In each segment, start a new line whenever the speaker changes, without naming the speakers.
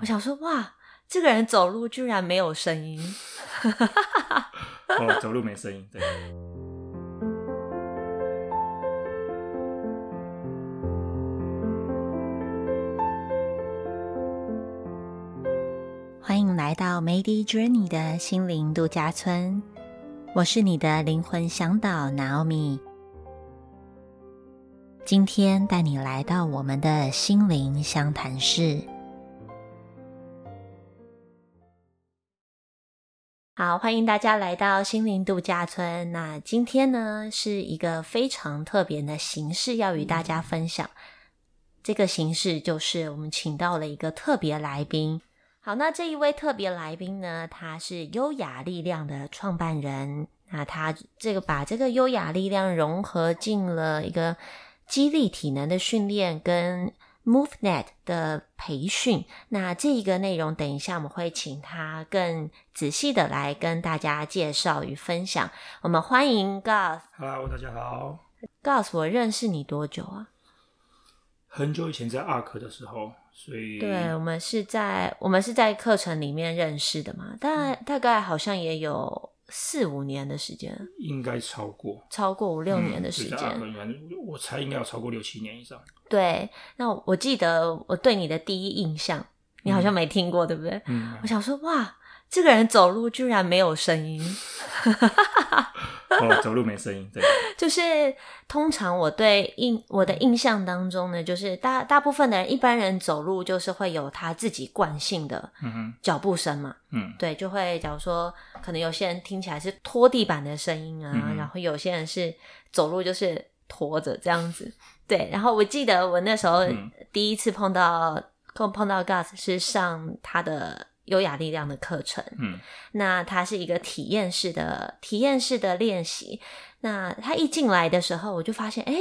我想说，哇，这个人走路居然没有声音。
哦，走路没声音，对。
欢迎来到 Mady Journey 的心灵度假村，我是你的灵魂向导 Naomi。今天带你来到我们的心灵相谈室。好，欢迎大家来到心灵度假村。那今天呢，是一个非常特别的形式要与大家分享。这个形式就是我们请到了一个特别来宾，好，那这一位特别来宾呢，他是优雅力量的创办人。那他这个把这个优雅力量融合进了一个激励体能的训练跟 MoveNet 的培训。那这一个内容，等一下我们会请他更仔细的来跟大家介绍与分享。我们欢迎 Gus。
Hello，大家好。
Gus，我认识你多久啊？
很久以前在 ARK 的时候，所以
对，我们是在我们是在课程里面认识的嘛，大大概好像也有四五年的时间，
应该超过
超过五六年的时
嗯
间。
对在 ARK 反正我我猜应该有超过六七年以上。
对，那我我记得我对你的第一印象，你好像没听过，对不对？
嗯
我，想说，哇，这个人走路居然没有声音，
哦，走路没声音，对。
就是通常我对印我的印象当中呢，就是大大部分的人，一般人走路就是会有他自己惯性的
嗯哼，
脚步声嘛。
嗯
对，就会假如说，可能有些人听起来是拖地板的声音啊，
嗯
然后有些人是走路就是拖着这样子。对，然后我记得我那时候
嗯
第一次碰到、碰碰到 Gus 是上他的优雅力量的课程，
嗯
那它是一个体验式的体验式的练习。那他一进来的时候，我就发现，哎、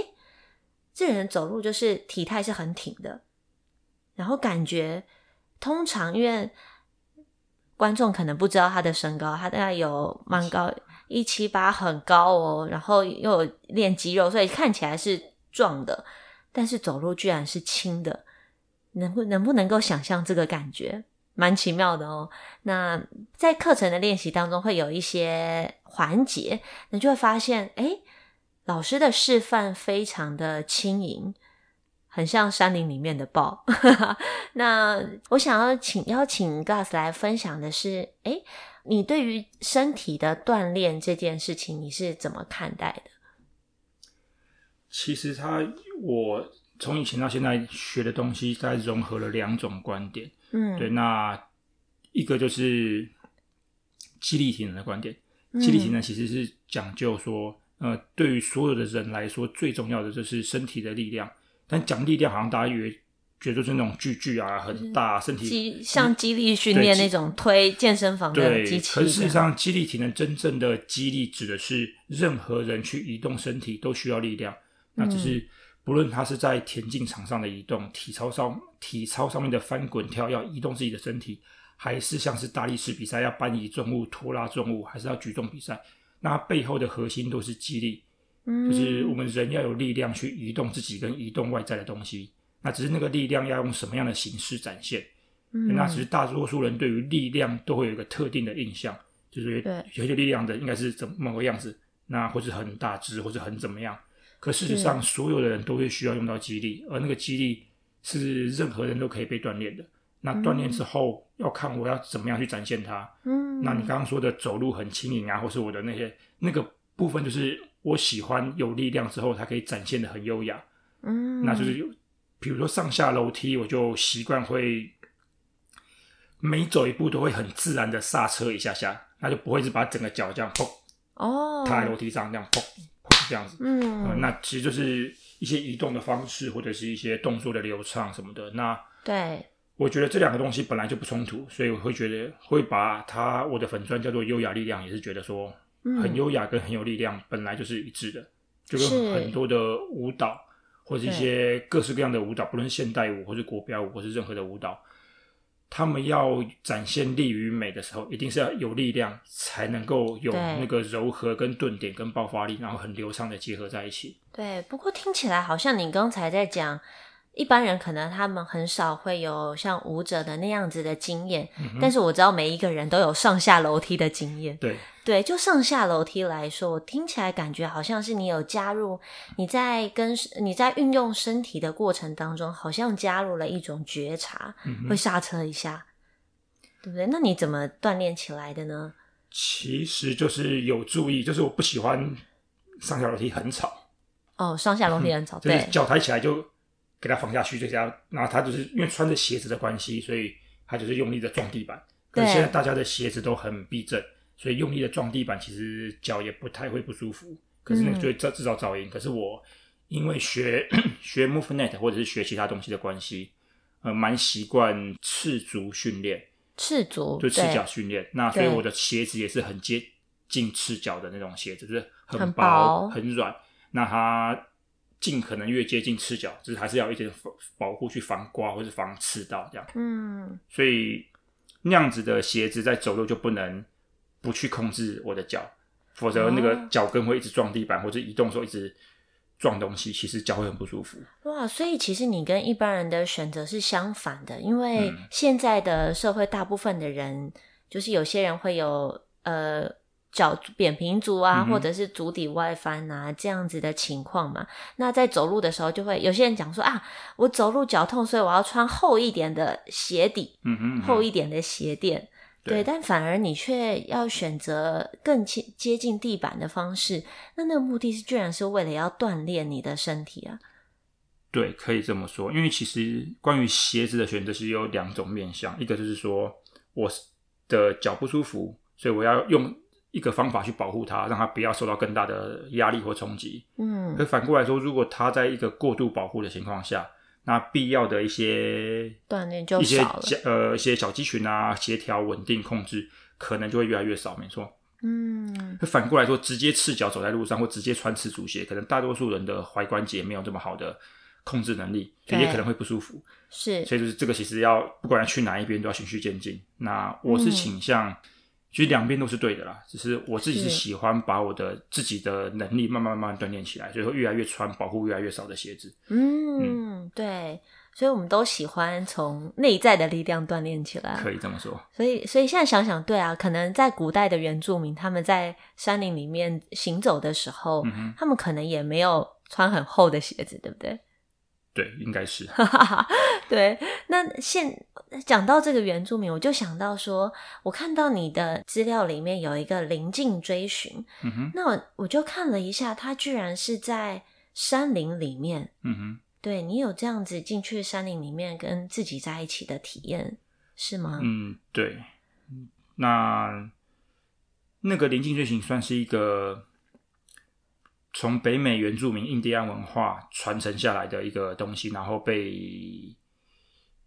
这人走路就是体态是很挺的，然后感觉通常因为观众可能不知道他的身高，他大概有蛮高一七八，很高哦，然后又有练肌肉，所以看起来是壮的，但是走路居然是轻的，能不能不能够想象这个感觉？蛮奇妙的哦。那在课程的练习当中，会有一些环节，你就会发现，哎，老师的示范非常的轻盈，很像山林里面的豹。 那我想要请邀请 Gus 来分享的是，哎，你对于身体的锻炼这件事情，你是怎么看待的？
其实他我从以前到现在学的东西，它融合了两种观点。
嗯，
对，那一个就是激励体能的观点。
嗯，
激励体能其实是讲究说，呃，对于所有的人来说，最重要的就是身体的力量。但讲力量，好像大家以为觉得就是那种巨巨啊，很大、身体
激像激励训练那种推健身房的
对，
机器
可
一
是事实
样，
上，肌力体能真正的肌力指的是任何人去移动身体都需要力量，那只
嗯
是不论他是在田径场上的移动、体操上体操上面的翻滚跳要移动自己的身体，还是像是大力士比赛要搬移重物、拖拉重物，还是要举重比赛，那背后的核心都是肌力，
嗯
就是我们人要有力量去移动自己跟移动外在的东西。那只是那个力量要用什么样的形式展现，
嗯
那其实大多数人对于力量都会有一个特定的印象，就是
对
有有些力量的应该是怎么某个样子，那或是很大只，或是很怎么样。可事实上，所有的人都会需要用到肌力，而那个肌力是任何人都可以被锻炼的。那锻炼之后，要看我要怎么样去展现它。
嗯，
那你刚刚说的走路很轻盈啊，或是我的那些那个部分，就是我喜欢有力量之后，它可以展现的很优雅。
嗯，
那就是有，比如说上下楼梯，我就习惯会每走一步都会很自然的刹车一下下，那就不会是把整个脚这样砰
哦，
踏在楼梯上，这样砰砰这样子。呃
嗯，
那其实就是一些移动的方式，或者是一些动作的流畅什么的。那
对，
我觉得这两个东西本来就不冲突，所以我会觉得会把它我的粉砖叫做优雅力量，也是觉得说
嗯
很优雅跟很有力量本来就是一致的，就跟
是
很多的舞蹈或是一些各式各样的舞蹈，不论现代舞或是国标舞或是任何的舞蹈，他们要展现力与美的时候，一定是要有力量才能够有
对
那个柔和跟顿点跟爆发力，然后很流畅的结合在一起。
对，不过听起来好像你刚才在讲一般人可能他们很少会有像舞者的那样子的经验，
嗯哼
但是我知道每一个人都有上下楼梯的经验。
对，
对，就上下楼梯来说，我听起来感觉好像是你有加入你在跟你在运用身体的过程当中，好像加入了一种觉察，
嗯哼
会刹车一下，对不对？那你怎么锻炼起来的呢？
其实就是有注意，就是我不喜欢上下楼梯很吵，
哦，上下楼梯很吵，
嗯就是
对，
脚抬起来就给它放下去，就这样。然后他就是因为穿着鞋子的关系，所以他就是用力的撞地板。可是
对
现在大家的鞋子都很避震，所以用力的撞地板，其实脚也不太会不舒服。可是那个
嗯
就会制制造噪音。可是我因为学 学 MoveNet 或者是学其他东西的关系，呃，蛮习惯赤足训练。
赤足，
就赤脚
对，
训练。那所以
对
我的鞋子也是很接近赤脚的那种鞋子，就是很
很薄
薄很软。那它尽可能越接近赤脚，就是还是要有一点保保护去防刮或是防刺到这样。
嗯，
所以那样子的鞋子在走路就不能不去控制我的脚，否则那个
哦
脚跟会一直撞地板，或者移动的时候一直撞东西，其实脚会很不舒服。
哇，所以其实你跟一般人的选择是相反的，因为
嗯
现在的社会大部分的人，就是有些人会有呃脚扁平足啊，
嗯哼
或者是足底外翻啊这样子的情况嘛。那在走路的时候，就会有些人讲说啊，我走路脚痛，所以我要穿厚一点的鞋底，
嗯哼嗯哼
厚一点的鞋垫。
对
对，但反而你却要选择更接接近地板的方式，那那个目的是居然是为了要锻炼你的身体啊。
对，可以这么说，因为其实关于鞋子的选择是有两种面向，一个就是说我的脚不舒服，所以我要用一个方法去保护它，让它不要受到更大的压力或冲击。
嗯，
可反过来说，如果它在一个过度保护的情况下，那必要的一些
锻炼就
一些
少了
小呃一些小肌群啊，协调、稳定、控制，可能就会越来越少。没错，
嗯，
那反过来说，直接赤脚走在路上，或直接穿赤足鞋，可能大多数人的踝关节没有这么好的控制能力，所以也
对
可能会不舒服。
是，
所以就是这个，其实要不管要去哪一边，都要循序渐进。那我是
嗯
倾向，其实两边都是对的啦，只是我自己是
是
喜欢把我的自己的能力慢慢慢慢锻炼起来，所以会越来越穿保护越来越少的鞋子。
嗯，对，所以我们都喜欢从内在的力量锻炼起来。
可以这么说，
所以，所以现在想想，对啊，可能在古代的原住民，他们在山林里面行走的时候，
嗯哼，
他们可能也没有穿很厚的鞋子，对不对？
对，应该是。
对，那现讲到这个原住民，我就想到说，我看到你的资料里面有一个临近追寻，
嗯哼，
那我我就看了一下，它居然是在山林里面，
嗯哼。
对你有这样子进去山林里面跟自己在一起的体验是吗？
嗯，对。那那个《临近罪行》算是一个从北美原住民印第安文化传承下来的一个东西，然后被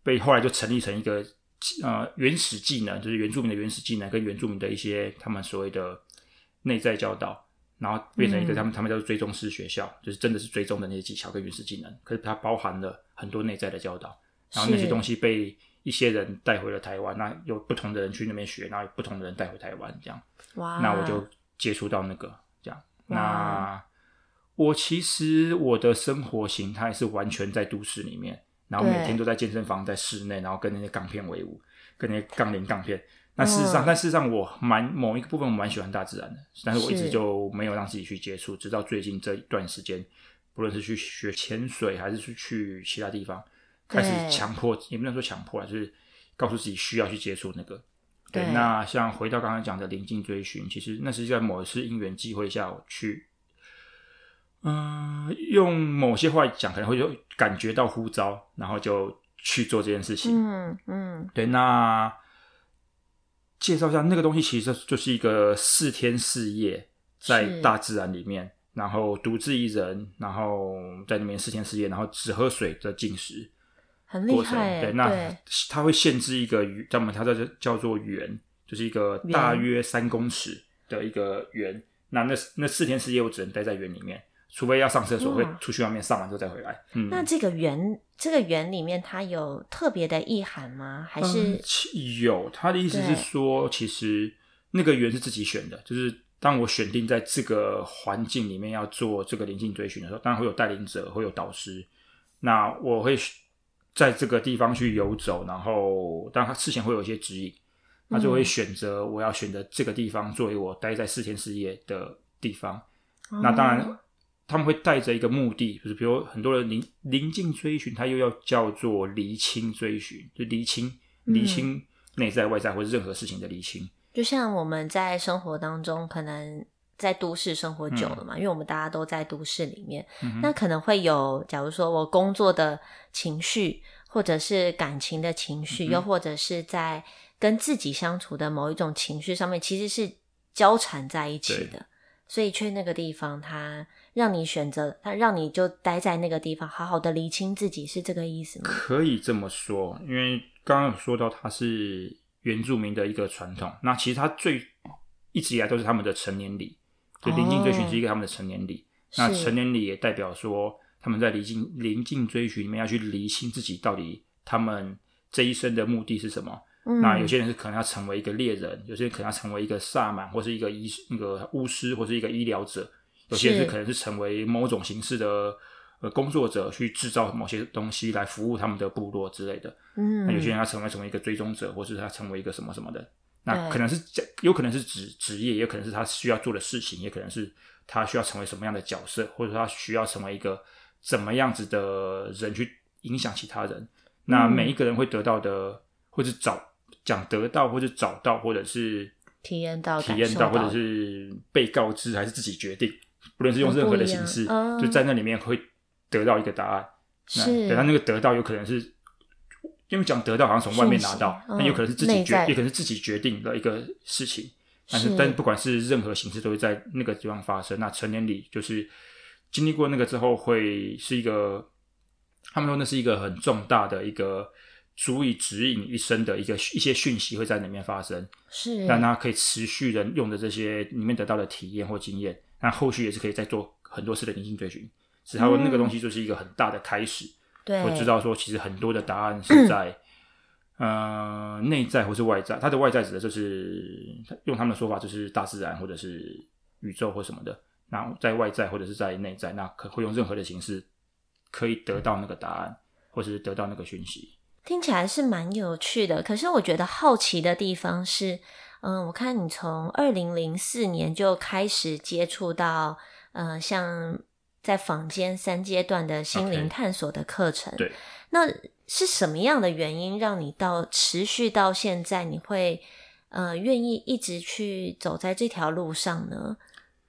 被后来就成立成一个呃原始技能，就是原住民的原始技能跟原住民的一些他们所谓的内在教导。然后变成一个
嗯
他们、他们叫做追踪式学校，就是真的是追踪的那些技巧跟原始技能，可是它包含了很多内在的教导。然后那些
是
东西被一些人带回了台湾，那有不同的人去那边学，然后有不同的人带回台湾，这样，
哇，
那我就接触到那个这样。
哇
那我其实我的生活形态是完全在都市里面，然后每
对
天都在健身房，在室内，然后跟那些杠片为伍，跟那些杠铃杠片。那事实上，
嗯
但事实上我蛮某一个部分我蛮喜欢大自然的，但是我一直
是
就没有让自己去接触，直到最近这一段时间，不论是去学潜水还是去去其他地方，开
对
始强迫，也不能说强迫啊，就是告诉自己需要去接触那个。对，
对
那像回到刚才讲的临近追寻，其实那是在某一次因缘际会下，我去，嗯、用某些话讲，可能会有感觉到呼召，然后就去做这件事情。
嗯嗯
对，那介绍一下那个东西，其实就是一个四天四夜在
是
大自然里面，然后独自一人，然后在那边四天四夜，然后只喝水的进食
很厉
过程。
害耶，欸
对，那它会限制一个圆，叫我们它叫做叫做圆，就是一个大
圆
约三公尺的一个圆。那那那四天四夜，我只能待在园里面，除非要上厕所，会
哇
出去外面上完之后再回来。嗯，
那这个园这个园里面它有特别的意涵吗？还
嗯
是
其有他的意思是说，其实那个圆是自己选的，就是当我选定在这个环境里面要做这个灵性追寻的时候，当然会有带领者，会有导师，那我会在这个地方去游走，然后当然它事前会有一些指引，那
嗯
就会选择我要选择这个地方作为我待在四天四夜的地方。
哦
那当然，他们会带着一个目的，就是比如很多人临临近追寻，它又要叫做厘清追寻，就厘清
嗯
厘清内在外在或者任何事情的厘清。
就像我们在生活当中，可能在都市生活久了
嗯
嘛，因为我们大家都在都市里面，那可能会有，假如说我工作的情绪，或者是感情的情绪，
嗯哼
又或者是在跟自己相处的某一种情绪上面，其实是交缠在一起的。所以去那个地方，它让你选择，它让你就待在那个地方，好好的厘清自己，是这个意思吗？
可以这么说，因为刚刚有说到它是原住民的一个传统，那其实它最一直以来都是他们的成年礼，就临近追寻是一个他们的成年礼。那
哦是
成年礼也代表说他们在临近临近追寻里面要去厘清自己到底他们这一生的目的是什么。
嗯
那有些人是可能要成为一个猎人，有些人可能要成为一个萨满，或是一个医那个巫师，或是一个医疗者，有些人是
是
可能是成为某种形式的呃工作者，去制造某些东西来服务他们的部落之类的。
嗯，
那有些人要成为成为一个追踪者，或是他成为一个什么什么的。那
对
可能是这，有可能是职职业，也有可能是他需要做的事情，也可能是他需要成为什么样的角色，或者他需要成为一个怎么样子的人去影响其他人。那
嗯
每一个人会得到的，或是找讲得到，或者找到，或者是
体验到
体
感
验
受
到，或
到
者是被告知，还是自己决定，不论是用
很
任
哦不
何的
一
形
样
式，
嗯
就在那里面会得到一个答案。那
是
对他那个得到有可能是，因为讲得到好像从外面拿到，
讯息
那有可能是自己
嗯内
决，
在
也可能是自己决定的一个事情。但是，
是
但是不管是任何形式，都会在那个地方发生。那成年礼就是经历过那个之后，会是一个，他们说那是一个很重大的一个。足以指引一生的一个一些讯息会在里面发生，
是
让他可以持续的用的这些里面得到的体验或经验，那后续也是可以再做很多次的灵性追寻。只是他说
嗯
那个东西就是一个很大的开始，
对，
我知道说，其实很多的答案是在呃内在或是外在，它的外在指的就是用他们的说法，就是大自然或者是宇宙或什么的。那在外在或者是在内在，那可会用任何的形式可以得到那个答案，或是得到那个讯息。
听起来是蛮有趣的，可是我觉得好奇的地方是，嗯，我看你从二零零四年就开始接触到，呃，像在坊间三阶段的心灵
OK
探索的课程
对
那是什么样的原因让你到持续到现在，你会呃愿意一直去走在这条路上呢？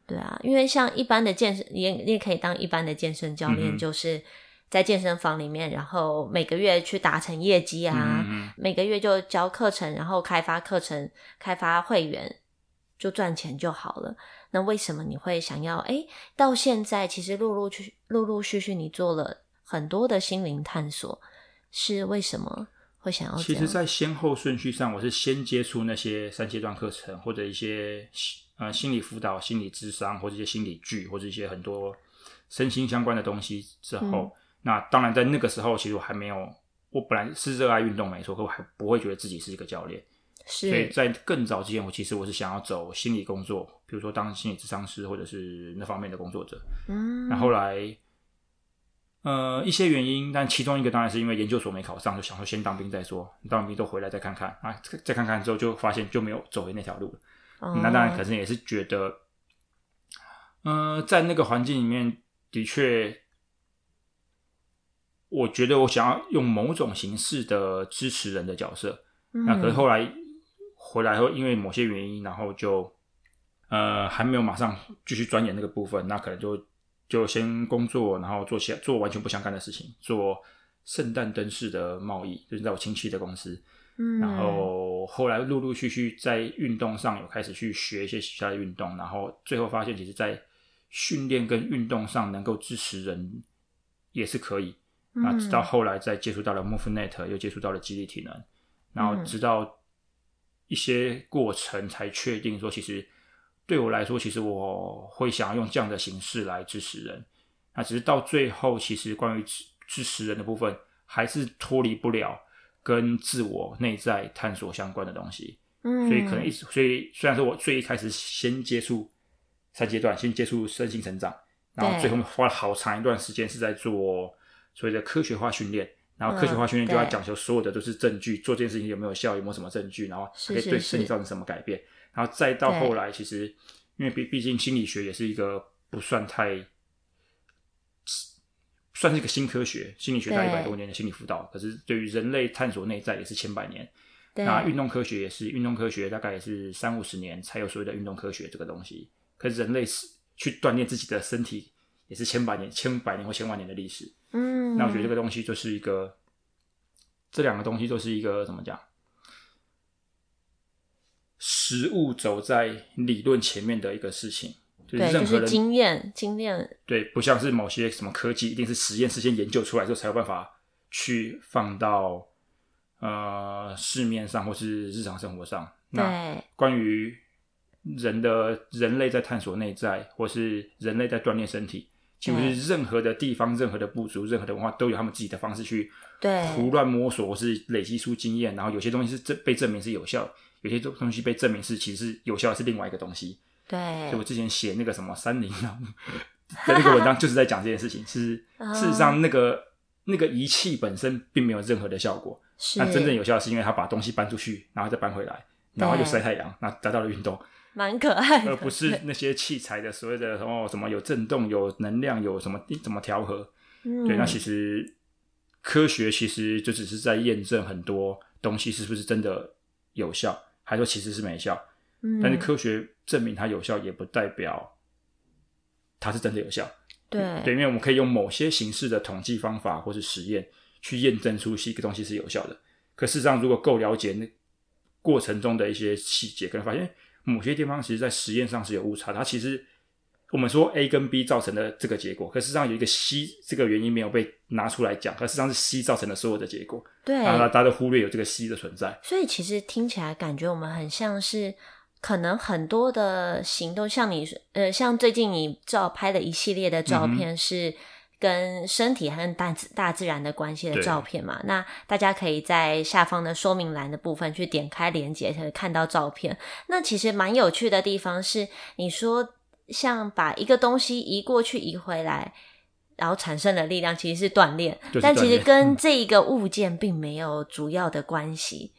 对啊，因为像一般的健身，你也你也可以当一般的健身教练，
嗯哼
就是在健身房里面，然后每个月去达成业绩啊，
嗯嗯
每个月就教课程，然后开发课程、开发会员，就赚钱就好了。那为什么你会想要？哎，到现在其实陆陆续陆陆续续你做了很多的心灵探索，是为什么会想要
嗯
哦这
其实，
样？
在先后顺序上，我是先接触那些三阶段课程，或者一些呃心理辅导、心理智商，或者一些心理剧，或者一些很多身心相关的东西之后，
嗯
那当然在那个时候，其实我还没有，我本来是热爱运动没错，可我还不会觉得自己是一个教练，所以
是
在更早之前，我其实我是想要走心理工作，比如说当心理智商师或者是那方面的工作者。
嗯，
那后来，呃，一些原因，但其中一个当然是因为研究所没考上，就想说先当兵再说，当完兵都回来再看看啊，再再看看之后就发现就没有走回那条路了。
哦
那当然，可能也是觉得，呃，在那个环境里面，的确，我觉得我想要用某种形式的支持人的角色，那可是
嗯
后来回来后，因为某些原因，然后就呃还没有马上继续钻研那个部分，那可能就就先工作，然后做其他做完全不相干的事情，做圣诞灯饰的贸易，就是在我亲戚的公司。
嗯
然后后来陆陆续续在运动上有开始去学一些其他的运动，然后最后发现，其实，在训练跟运动上能够支持人也是可以。啊，直到
嗯
后来再接触到了 MoveNet，又接触到了激励体能，然后
嗯
直到一些过程才确定说，其实对我来说，其实我会想要用这样的形式来支持人。那只是到最后，其实关于支支持人的部分，还是脱离不了跟自我内在探索相关的东西。
嗯
所以可能一直，所以虽然说我最一开始先接触三阶段，先接触身心成长，然后
对
最后花了好长一段时间是在做所谓的科学化训练。然后科学
嗯
化训练就要讲求所有的都是证据，做这件事情有没有效，有没有什么证据，然后
是
可以对
是
身体
是
造成什么改变。然后再到后来，其实因为毕毕竟心理学也是一个不算太，算是一个新科学，心理学大概一
对
百多年的心理辅导，可是对于人类探索内在也是千百年。
对，
那运动科学也是，运动科学大概也是三五十年才有所谓的运动科学这个东西。可是人类是去锻炼自己的身体也是千百年、千百年或千万年的历史。
嗯，
那我觉得这个东西就是一个，这两个东西就是一个怎么讲，实物走在理论前面的一个事情，就是
对，
任
就
何
是
人
经验经验，
对，不像是某些什么科技，一定是实验事先研究出来之后才有办法去放到呃市面上或是日常生活上。那
对
关于人的人类在探索内在，或是人类在锻炼身体，几乎是任何的地方、任何的部族、任何的文化都有他们自己的方式去
对
胡乱摸索，或是累积出经验。然后有些东西是证被证明是有效，有些东西被证明是其实是有效的是另外一个东西。
对
所以我之前写那个什么三零幺的那个文章，就是在讲这件事情。 是
哦
事实上，那个那个仪器本身并没有任何的效果。
是
那真正有效的是因为他把东西搬出去，然后再搬回来，然后又
对
晒太阳，那达到了运动。
蛮可爱的，
而不是那些器材的所谓的哦什么有震动、有能量、有什么怎么调和。
对
对，那
嗯
其实科学其实就只是在验证很多东西是不是真的有效，还说其实是没效。但
嗯
是科学证明它有效，也不代表它是真的有效。
对
对，因为我们可以用某些形式的统计方法或是实验去验证出一个东西是有效的。可事实上，如果够了解那过程中的一些细节，可能发现诶某些地方其实在实验上是有误差的。它其实我们说 A 跟 B 造成的这个结果，可事实上有一个 C 这个原因没有被拿出来讲，可事实上是 C 造成的所有的结果，
对，
然后大家都忽略有这个 C 的存在。
所以其实听起来感觉我们很像是，可能很多的行动，像你呃，像最近你照拍的一系列的
嗯
照片是。跟身体和大自大自然的关系的
对
照片嘛，那大家可以在下方的说明栏的部分去点开链接，可以看到照片。那其实蛮有趣的地方是，你说像把一个东西移过去、移回来，然后产生的力量其实是锻炼，
就是
但
锻
其实
炼嗯
跟这一个物件并没有主要的关系。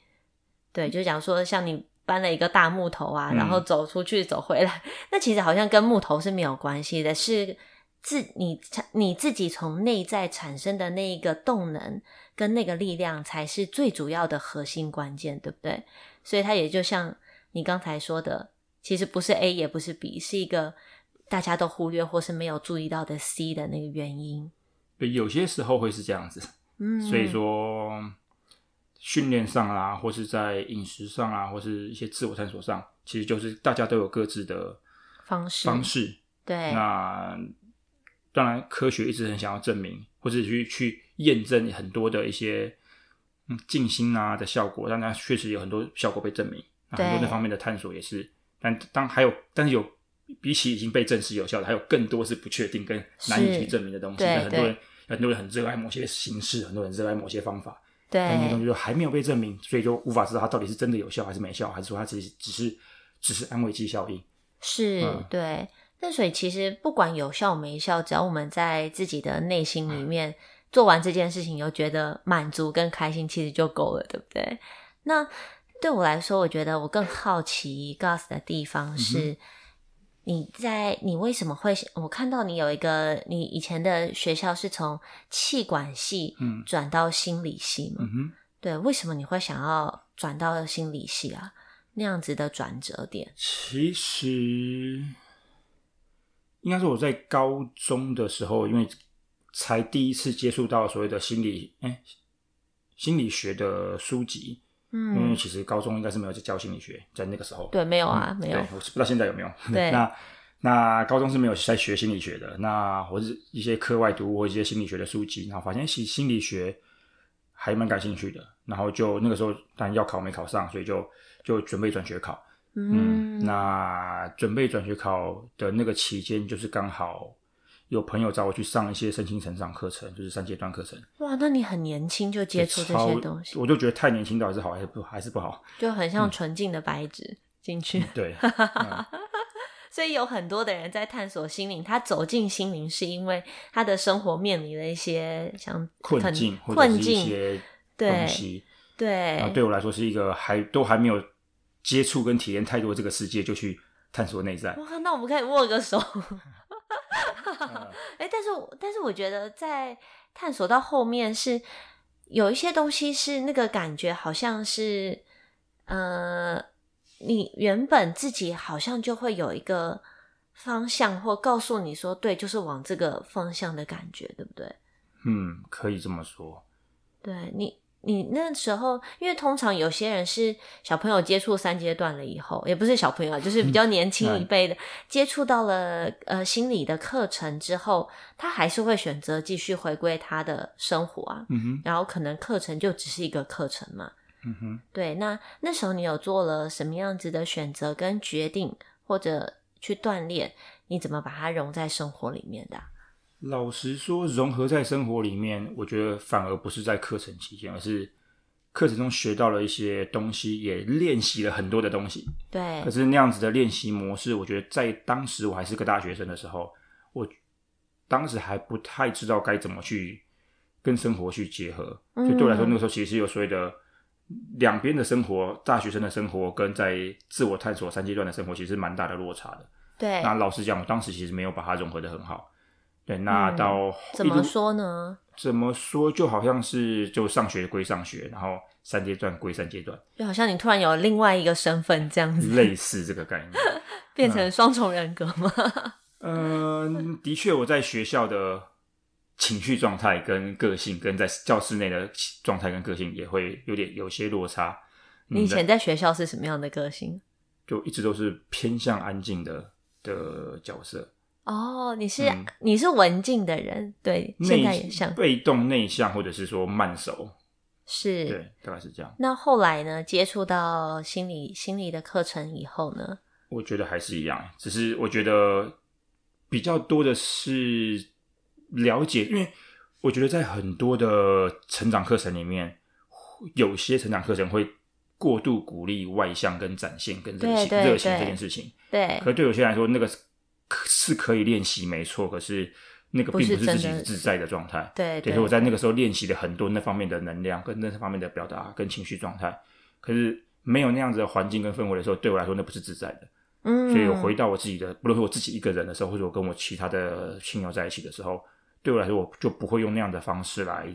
对，就讲说像你搬了一个大木头啊，
嗯
然后走出去走回来， 那其实好像跟木头是没有关系的，是自你你自己从内在产生的那一个动能跟那个力量才是最主要的核心关键，对不对？所以它也就像你刚才说的，其实不是 A 也不是 B，是一个大家都忽略或是没有注意到的 C 的那个原因。
对，有些时候会是这样子。
嗯，
所以说，训练上啦，或是在饮食上啊，或是一些自我探索上，其实就是大家都有各自的
方式
方式。
对
那当然，科学一直很想要证明，或者去去验证很多的一些嗯静心啊的效果，但它确实有很多效果被证明，那很多
对
那方面的探索也是。但当还有，但是有比起已经被证实有效的，还有更多是不确定跟难以
是
去证明的东西。
对
但很多
对
人很多人很热爱某些形式，很多人热爱某些方法，但那些东
对
西就还没有被证明，所以就无法知道它到底是真的有效还是没效，还是说它只是只是只是安慰剂效应。
是，
嗯
对。那所以其实不管有效没效，只要我们在自己的内心
嗯
里面做完这件事情，又觉得满足跟开心，其实就够了，对不对？那对我来说，我觉得我更好奇 Gus 的地
嗯
方是，你在你为什么会？我看到你有一个，你以前的学校是从气管系
嗯
转到心理系嘛？
嗯哼。
对，为什么你会想要转到心理系啊？那样子的转折点，嗯
其实应该是我在高中的时候，因为才第一次接触到所谓的心理，哎、心理学的书籍。因为
嗯，
其实高中应该是没有在教心理学，在那个时候。
对，没有啊，
嗯
没有
对，我是不知道现在有没有。
对
那那高中是没有在学心理学的，那或是一些课外读物或一些心理学的书籍，然后发现心心理学还蛮感兴趣的，然后就那个时候当然要考没考上，所以就就准备转学考。嗯，那准备转学考的那个期间，就是刚好有朋友找我去上一些身心成长课程，就是三阶段课程。
哇，那你很年轻就接触这些
超
东西，
我就觉得太年轻到底是好还是不还是不好。嗯
就很像纯净的白纸进去。
对，嗯
所以有很多的人在探索心灵，他走进心灵是因为他的生活面临了一些像
困境
很
或者
困
是一
境，
些
对
东西，然后
对
啊对我来说是一个还都还没有接触跟体验太多这个世界，就去探索内在。
我靠，那我们可以握个手。
呃
哎、但是我但是我觉得在探索到后面是有一些东西是那个感觉，好像是呃，你原本自己好像就会有一个方向，或告诉你说对，就是往这个方向的感觉，对不对？
嗯，可以这么说。
对你。你那时候，因为通常有些人是小朋友接触三阶段了以后，也不是小朋友啊，就是
嗯
比较年轻一辈的，接触到了呃心理的课程之后，他还是会选择继续回归他的生活啊。
嗯哼，
然后可能课程就只是一个课程嘛。
嗯哼，
对，那那时候你有做了什么样子的选择跟决定，或者去锻炼，你怎么把它融在生活里面的啊、
老实说，融合在生活里面，我觉得反而不是在课程期间，而是课程中学到了一些东西，也练习了很多的东西。
对
可，是那样子的练习模式，我觉得在当时我还是个大学生的时候，我当时还不太知道该怎么去跟生活去结合。
嗯
所以对我来说，那个时候其实是有所谓的两边的生活，大学生的生活跟在自我探索三阶段的生活，其实是蛮大的落差的。
对，
那老实讲，我当时其实没有把它融合的很好。对，那
嗯
到、
怎么说呢？
怎么说，就好像是就上学归上学，然后三阶段归三阶段，
就好像你突然有另外一个身份这样子，
类似这个概念。
变成双重人格吗？
嗯，的确，我在学校的情绪状态跟个性，跟在教室内的状态跟个性也会有点有些落差。嗯
你以前
那
在学校是什么样的个性？
就一直都是偏向安静的的角色，
哦，你是、
嗯
你是文静的人，对，现在也
内
像
被动内向，或者是说慢熟，
是。
对，大概是这样。
那后来呢？接触到心理心理的课程以后呢？
我觉得还是一样，只是我觉得比较多的是了解，因为我觉得在很多的成长课程里面，有些成长课程会过度鼓励外向跟展现跟热情
对对
热情
对
这件事情，
对，
可对有些人来说，那个是是可以练习没错，可是那个
不
并
是
不是自己
真的
自在的状态。
对
对，所以我在那个时候练习了很多那方面的能量跟那方面的表达跟情绪状态，可是没有那样子的环境跟氛围的时候，对我来说那不是自在的。
嗯，
所以我回到我自己的，不论是我自己一个人的时候，或者我跟我其他的亲友在一起的时候，对我来说，我就不会用那样的方式来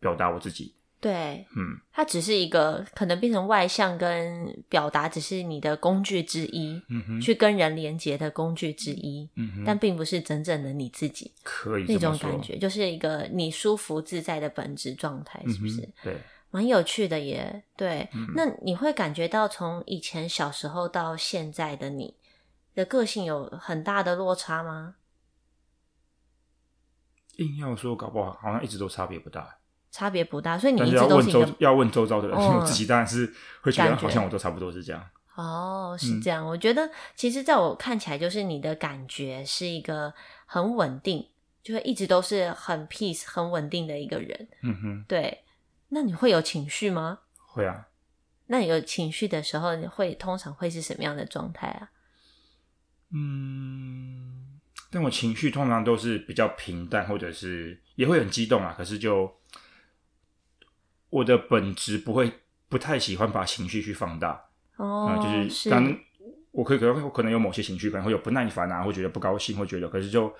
表达我自己。
对，
嗯，
它只是一个可能变成外向跟表达，只是你的工具之一，
嗯哼，
去跟人连接的工具之一，
嗯哼，
但并不是真正的你自己。
可以
那
这么
种
说
感，觉，就是一个你舒服自在的本质状态，
嗯
是不
哼
是？
对，
蛮有趣的耶。对，
嗯
那你会感觉到从以前小时候到现在的你的个性有很大的落差吗？
硬要说，搞不好好像一直都差别不大。
差别不大，所以你
但
嗯一
是
直
要
都
问
是你
周
的
要问周遭的人，因为我自己当然是会觉得
感觉
好像我都差不多是这样。
哦，
嗯
是这样。我觉得其实在我看起来，就是你的感觉是一个很稳定，就是一直都是很 peace、很稳定的一个人。
嗯哼，
对，那你会有情绪吗？
会啊，
那你有情绪的时候，你会通常会是什么样的状态啊？
嗯，但我情绪通常都是比较平淡，或者是也会很激动啊。可是就我的本质不会不太喜欢把情绪去放大
哦，
啊、就是当然我可以可能我可能有某些情绪，可能会有不耐烦啊，会觉得不高兴，会觉得，可是就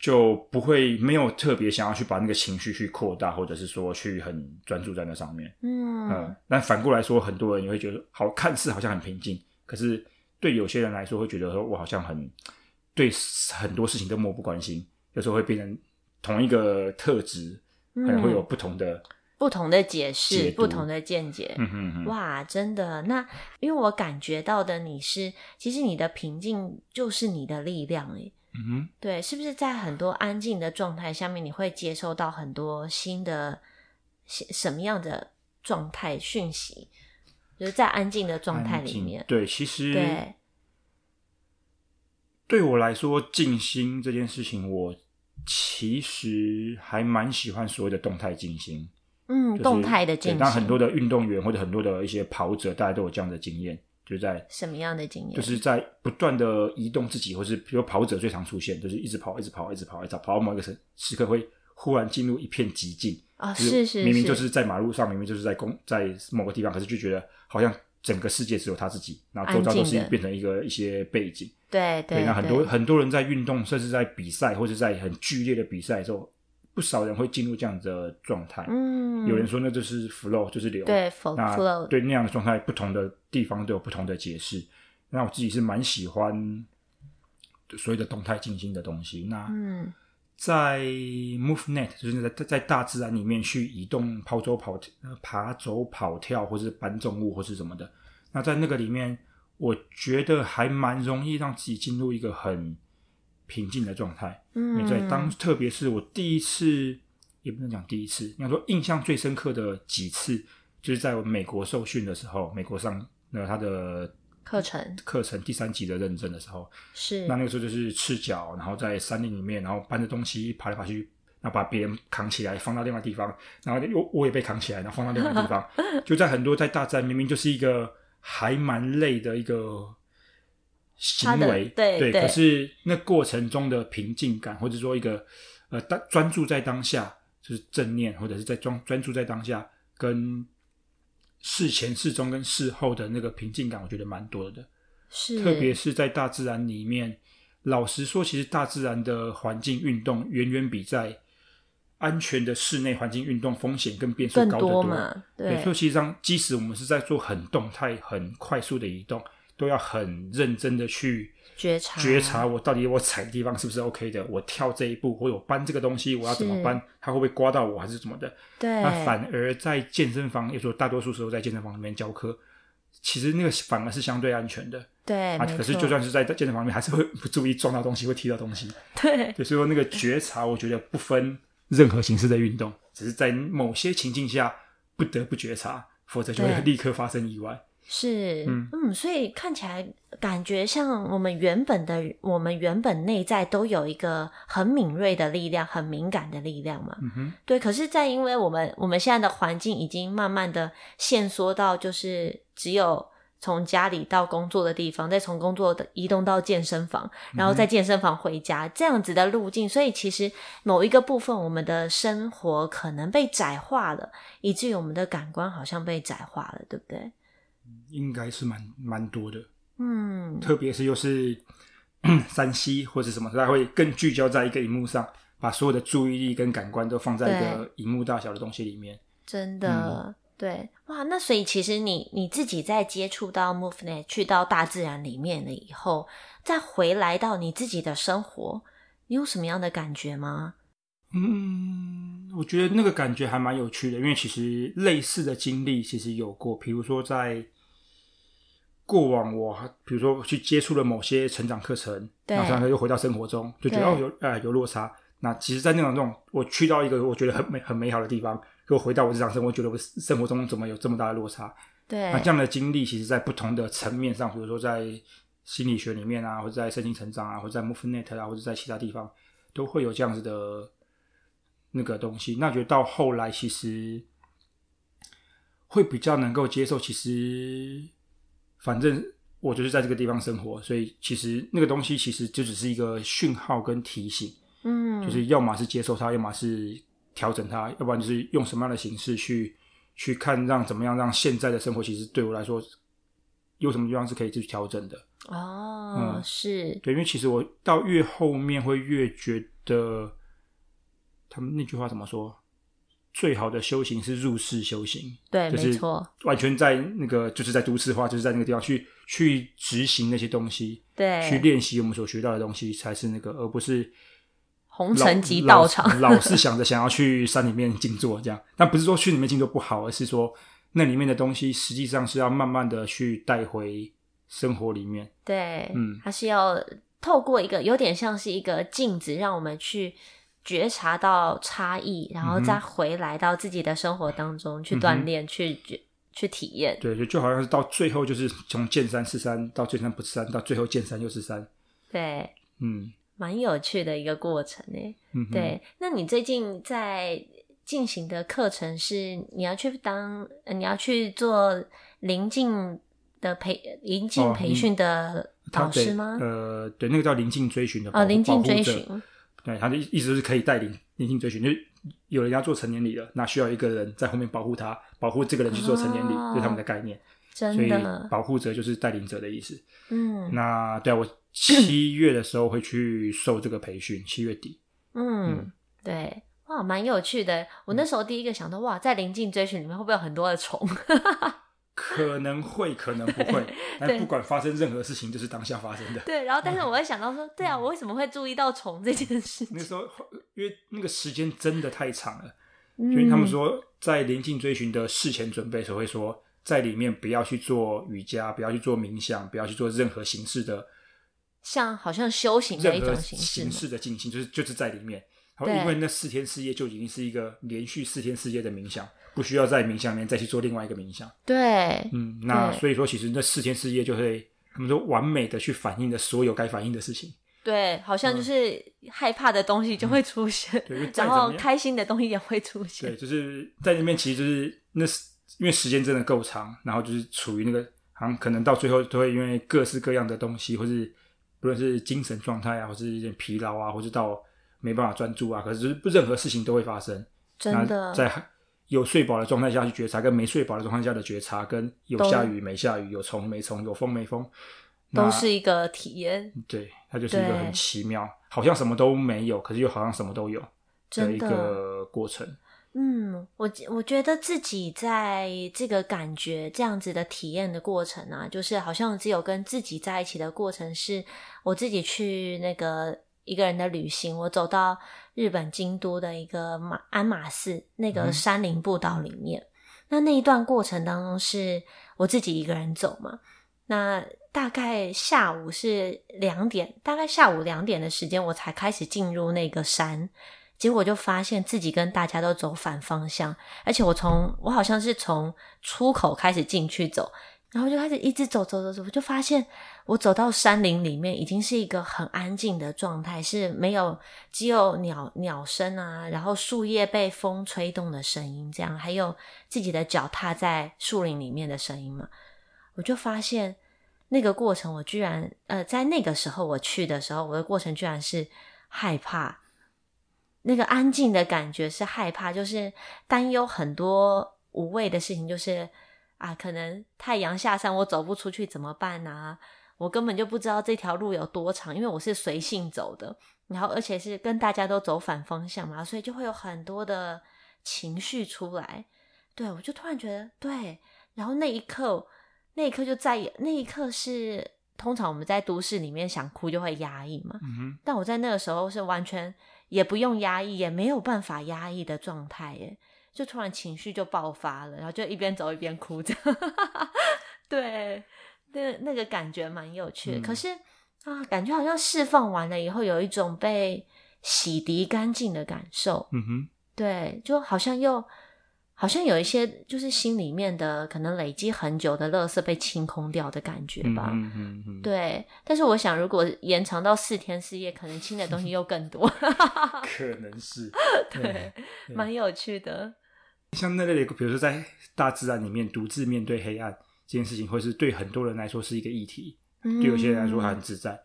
就不会没有特别想要去把那个情绪去扩大，或者是说去很专注在那上面。
嗯
嗯，，但反过来说，很多人也会觉得，好看似好像很平静，可是对有些人来说，会觉得说我好像很对很多事情都漠不关心，有时候会变成同一个特质，可能会有不同的，
不同的解释，
解
不
读
同的见解。
嗯哼哼，
哇，真的！那因为我感觉到的你是，其实你的平静就是你的力量诶。
嗯哼，
对，是不是在很多安静的状态下面，你会接收到很多新的新什么样的状态讯息？就是在安静的状态
安
里
静
面，
对，其实
对，
对我来说，静心这件事情，我其实还蛮喜欢所谓的动态静心。
嗯，
就是
动态的
对
进行，
当然很多的运动员或者很多的一些跑者，大家都有这样的经验，就在
什么样的经验？
就是在不断的移动自己，或是比如跑者最常出现，就是一直跑，一直跑，一直跑，一直跑，跑到某一个时时刻会忽然进入一片寂静。
哦，
就是
是，
明明就是在马路上，明明就是在公在某个地方，可是就觉得好像整个世界只有他自己，然后周遭都
安静
是
的
变成一个一些背景。
对对
对，那很
对
多很多人在运动，甚至在比赛或是在很剧烈的比赛的时候，不少人会进入这样的状态。
嗯，
有人说那就是 flow，就是流。
对 flow
那
flow
对那样的状态，不同的地方都有不同的解释。那我自己是蛮喜欢所谓的动态静心的东西。那
嗯
在 MoveNet，就是在在大自然里面去移动、跑走、跑呃爬走、跑跳，或是搬重物，或是什么的。那在那个里面，我觉得还蛮容易让自己进入一个很平静的状态。因
嗯，
为在当，特别是我第一次，也不能讲第一次，应该说印象最深刻的几次，就是在我美国受训的时候，美国上那个他的
课程
课程第三级的认证的时候，
是
那那个时候就是赤脚，然后在山林里面，然后搬着东西爬来爬去，然后把别人扛起来放到另外地方，然后又我也被扛起来，然后放到另外地 方，就在很多在大自然明明就是一个还蛮累的一个行
他的
为，
对对
可是那过程中的平静感，或者说一个呃当专注在当下，就是正念，或者是在专专注在当下跟。事前、事中跟事后的那个平静感，我觉得蛮多的。
是
特别是在大自然里面，老实说，其实大自然的环境运动远远比在安全的室内环境运动风险跟变数
更
高得多。
嘛，
对，
对
所以其实上，即使我们是在做很动态、很快速的移动，都要很认真的去
觉察
觉察我到底我踩的地方是不是 OK 的，我跳这一步或者我搬这个东西，我要怎么
是
搬，它会不会刮到我还是怎么的？
对，
那反而在健身房，也说大多数时候在健身房里面教课，其实那个反而是相对安全的。
对，
啊，
哎没
可是
错
就算是在健身房里面，还是会不注意撞到东西，会踢到东西。
对
对，所以说那个觉察，我觉得不分任何形式的运动，只是在某些情境下不得不觉察，否则就会
对
立刻发生意外。
是
嗯
嗯，所以看起来感觉像我们原本的我们原本内在都有一个很敏锐的力量，很敏感的力量嘛，
嗯哼，
对，可是，在因为我们我们现在的环境已经慢慢的限缩到，就是只有从家里到工作的地方，再从工作的移动到健身房，然
嗯
后在健身房回家、这样子的路径，所以其实某一个部分，我们的生活可能被窄化了，以至于我们的感官好像被窄化了，对不对？
应该是蛮蛮多的，
嗯，
特别是又是 山西或者什么，它会更聚焦在一个荧幕上，把所有的注意力跟感官都放在一个荧幕大小的东西里面。
真的，
嗯
对，哇，那所以其实你你自己在接触到 MoveNet，去到大自然里面了以后，再回来到你自己的生活，你有什么样的感觉吗？
嗯，我觉得那个感觉还蛮有趣的，因为其实类似的经历其实有过，比如说在过往我还，比如说去接触了某些成长课程，
对
然后然后又回到生活中，就觉得
对
哦有呃有落差。那其实，在那种那种我去到一个我觉得很美很美好的地方，又回到我日常生活，觉得我生活中怎么有这么大的落差？
对，
那这样的经历，其实在不同的层面上，比如说在心理学里面啊，或者在身心成长啊，或者在 MoveNet 啊，或者在其他地方，都会有这样子的那个东西。那觉得到后来，其实会比较能够接受。其实，反正我就是在这个地方生活，所以其实那个东西其实就只是一个讯号跟提醒。
嗯，
就是要么是接受它，要么是调整它，要不然就是用什么样的形式去去看让怎么样让现在的生活，其实对我来说有什么地方是可以去调整的。
哦，
嗯
是，
对，因为其实我到越后面会越觉得，他们那句话怎么说？最好的修行是入世修行，
对，
就是
没错，
完全在那个就是在都市化，就是在那个地方去去执行那些东西，
对，
去练习我们所学到的东西才是那个，而不是
红尘即
老
道场
老是想着想要去山里面静坐这样。 但不是说去里面静坐不好，而是说那里面的东西实际上是要慢慢的去带回生活里面。
对，
嗯
它是要透过一个有点像是一个镜子，让我们去觉察到差异，然后
嗯哼
再回来到自己的生活当中去
嗯哼
锻炼、去觉、去体验。
对，就就好像是到最后就是从见山是山，到见山不是山，到最后见山又是山。
对，
嗯
蛮有趣的一个过程诶。
嗯哼，
对，那你最近在进行的课程是你要去当，呃你要去做临近的培临近
哦
培
临
训的
他
导师
得
吗？
呃，对，那个叫临近追寻的保
哦，
护
临近
保护
追
者
寻，
对，他的意思是可以带领临近追寻，就是有人要做成年礼了，那需要一个人在后面保护他，保护这个人去做成年礼，
哦
就是他们的概念。所
啊真
以
的，
保护者就是带领者的意思。
嗯
那对啊、我 七月的时候会去受这个培训，七月底。
嗯
嗯，
对，哇，蛮有趣的。我那时候第一个想到，哇，在临近追寻里面会不会有很多的虫？
可能会，可能不会，但不管发生任何事情，就是当下发生的。
对，然后但是我会想到说，对
嗯
啊，我为什么会注意到虫这件事 情
那？时候，因为那个时间真的太长了，
因
所以他们说，在临近追寻的事前准备时候会说，在里面不要去做瑜伽，不要去做冥想，不要去做任何形式的
像好像修行的
任
一
何
种形式
形
嘛，
式的静心，就是就是在里面。然
对
后因为那四天四夜就已经是一个连续四天四夜的冥想，不需要在冥想里面再去做另外一个冥想。
对，
嗯，那
对
所以说，其实那四天四夜就会，他们说完美的去反映了所有该反映的事情。
对，好像就是害怕的东西就会出现，
对因为嗯再怎
然
么
后
样
开心的东西也会出
对，
现。
就是在那边，其实就是那是因为时间真的够长，然后就是处于那个，好像可能到最后都会因为各式各样的东西，或是不论是精神状态啊，或是有点疲劳啊，或是到没办法专注啊，可是就是不任何事情都会发生。
真
那
的，
在有睡饱的状态下去觉察，跟没睡饱的状态下的觉察，跟有
都
下雨没下雨，有虫没虫，有风没风，那
都
嗯
是一个体验，
对，它就是一个
对
很奇妙，好像什么都没有，可是又好像什么都有的
真
一
的。
个过程。
嗯，我我觉得自己在这个感觉这样子的体验的过程啊，就是好像只有跟自己在一起的过程是，我自己去那个一个人的旅行，我走到日本京都的一个马鞍马寺那个
嗯
山林步道里面。那那一段过程当中是我自己一个人走嘛，那大概下午是两点，大概下午两点的时间，我才开始进入那个山。结果就发现自己跟大家都走反方向，而且我从我好像是从出口开始进去走，然后就开始一直走走走走，我就发现我走到山林里面，已经是一个很安静的状态，是没有只有鸟鸟声啊，然后树叶被风吹动的声音，这样还有自己的脚踏在树林里面的声音嘛。我就发现那个过程，我居然呃，在那个时候我去的时候，我的过程居然是害怕，那个安静的感觉是害怕，就是担忧很多无谓的事情，就是啊，可能太阳下山我走不出去怎么办啊？我根本就不知道这条路有多长，因为我是随性走的，然后而且是跟大家都走反方向嘛，所以就会有很多的情绪出来。对我就突然觉得对，然后那一刻，那一刻就在意，那一刻是通常我们在都市里面想哭就会压抑嘛，
嗯哼，
但我在那个时候是完全也不用压抑，也没有办法压抑的状态，耶，就突然情绪就爆发了，然后就一边走一边哭这样。 对，那那个感觉蛮有趣的。
嗯
可是啊，感觉好像释放完了以后，有一种被洗涤干净的感受。
嗯哼。
对，就好像又好像有一些就是心里面的可能累积很久的垃圾被清空掉的感觉吧。
嗯嗯嗯，嗯，
对，但是我想，如果延长到四天四夜，可能清的东西又 更多，
可能是
对，蛮有趣的。
像那类的，比如说在大自然里面独自面对黑暗这件事情，会是对很多人来说是一个议题，
对
对有些人来说还很自在。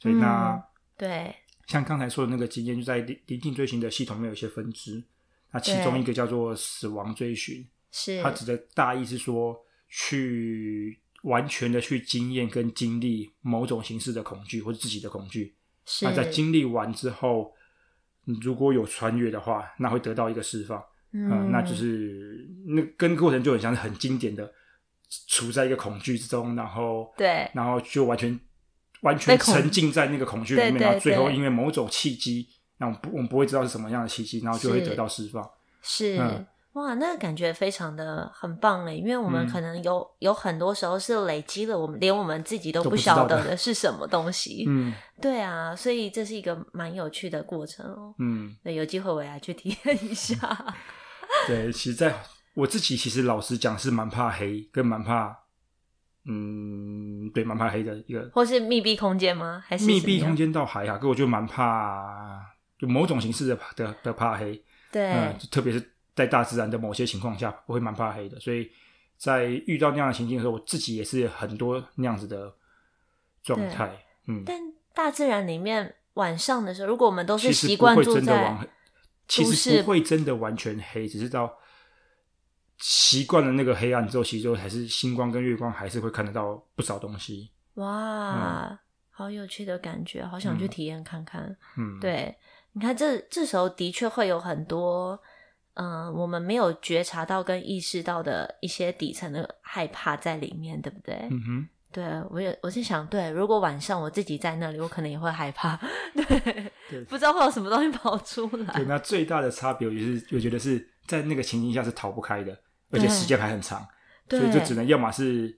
所以那、
嗯对，
像刚才说的那个经验，就在临临近追寻的系统里面有一些分支，那其中一个叫做死亡追寻，
是
它指的大意是说去完全的去经验跟经历某种形式的恐惧或者自己的恐惧，
是
那在经历完之后，嗯如果有穿越的话，那会得到一个释放。啊、
嗯，
那就是那跟过程就很像是很经典的，处在一个恐惧之中，然后
对
然后就完全完全
被恐
沉浸在那个恐惧里面，
对对
然后最后
对
因为某种契机，那我们不我们不会知道是什么样的契机，然后就会
是
得到释放。
是、
嗯
哇，那个感觉非常的很棒嘞，因为我们
嗯
可能有、有很多时候是累积了我们连我们自己都
都
不
不知
晓
道
得
的
的是什么东西，
嗯
对啊，所以这是一个蛮有趣的过程哦。
嗯，
对，有机会我也来去体验一下。
对，其实在我自己其实老实讲是蛮怕黑，跟蛮怕嗯对蛮怕黑的一个
或是密闭空间吗？还是
密
怎
闭
么样
空？间倒还好，可我就蛮怕就某种形式的的的怕黑。嗯
对，
嗯，就特别是在大自然的某些情况下，我会蛮怕黑的，所以在遇到那样的情境的时候，我自己也是很多那样子的状态。嗯，
但大自然里面晚上的时候，如果我们都
其
是
实
习
不
惯
会
住
真的
在
往，其
都
实
市
不会真的完全黑，只是到习惯了那个黑暗之后，其实就还是星光跟月光还是会看得到不少东西。
哇，好有趣的感觉，好想去
嗯
体验看看。
嗯，，
对，你看这这时候的确会有很多，嗯、我们没有觉察到跟意识到的一些底层的害怕在里面，对不对？
嗯哼，
对我也我是想，对，如果晚上我自己在那里，我可能也会害怕， 对，
对
不知道会有什么东西跑出
对。
来。
那最大的差别，我就是我觉得是在那个情境下是逃不开的，而且
对
时间还很长，所
对
以就只能要么是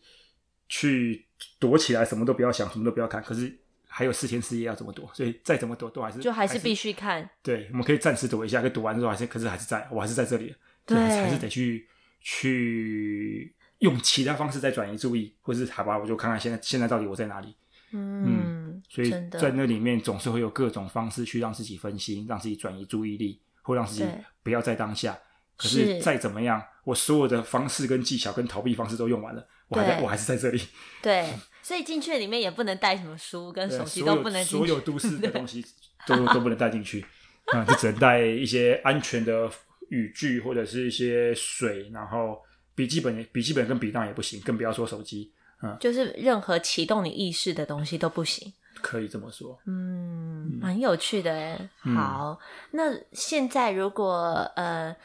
去躲起来，什么都不要想，什么都不要看。可是还有四天四夜要怎么躲？所以再怎么躲，都还是
就还是
是
必须看，
对，我们可以暂时躲一下，可躲完之后还是，可是还是在，我还是在这里，
对
还是还是得去去用其他方式再转移注意，或是好吧，我就看看现在现在到底我在哪里。
嗯，
所以
真的
在那里面总是会有各种方式去让自己分心，让自己转移注意力，或让自己
对
不要在当下。可
是
是再怎么样，我所有的方式跟技巧跟逃避方式都用完了，我还在，
对
我还是在这里。
对，所以进去里面也不能带什么书跟
对
手机
所
都
有
不能进
所
去
有都市的东西都都不能带进去，啊、就只能带一些安全的语句或者是一些水，然后笔记本、笔记本跟笔当然也不行，更不要说手机，
就是任何启动你意识的东西都不行。
可以这么说。
嗯，蛮有趣的哎。
嗯
好，那现在如果呃，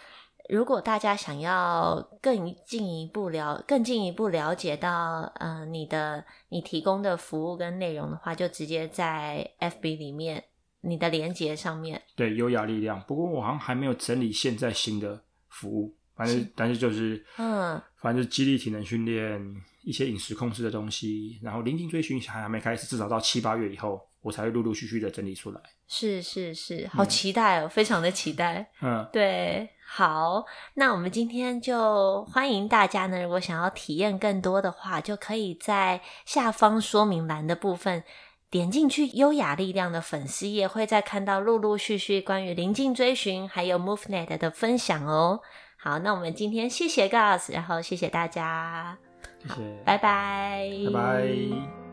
如果大家想要更进一步了，更进一步了解到呃你的你提供的服务跟内容的话，就直接在 FB 里面你的连接上面。
对，优雅力量。不过我好像还没有整理现在新的服务，反正但是就是，
嗯，
反正就是激励体能训练，一些饮食控制的东西，然后临近追寻还还没开始，至少到七八月以后，我才会陆陆续续的整理出来。
是是是，好期待哦，非常的期待。
嗯，
对，好，那我们今天就欢迎大家呢，如果想要体验更多的话，就可以在下方说明栏的部分点进去优雅力量的粉丝页，会再看到陆陆续续关于临近追寻还有 MoveNet 的分享哦。好，那我们今天谢谢 Gus，然后谢谢大家，
谢谢，
拜拜，
拜拜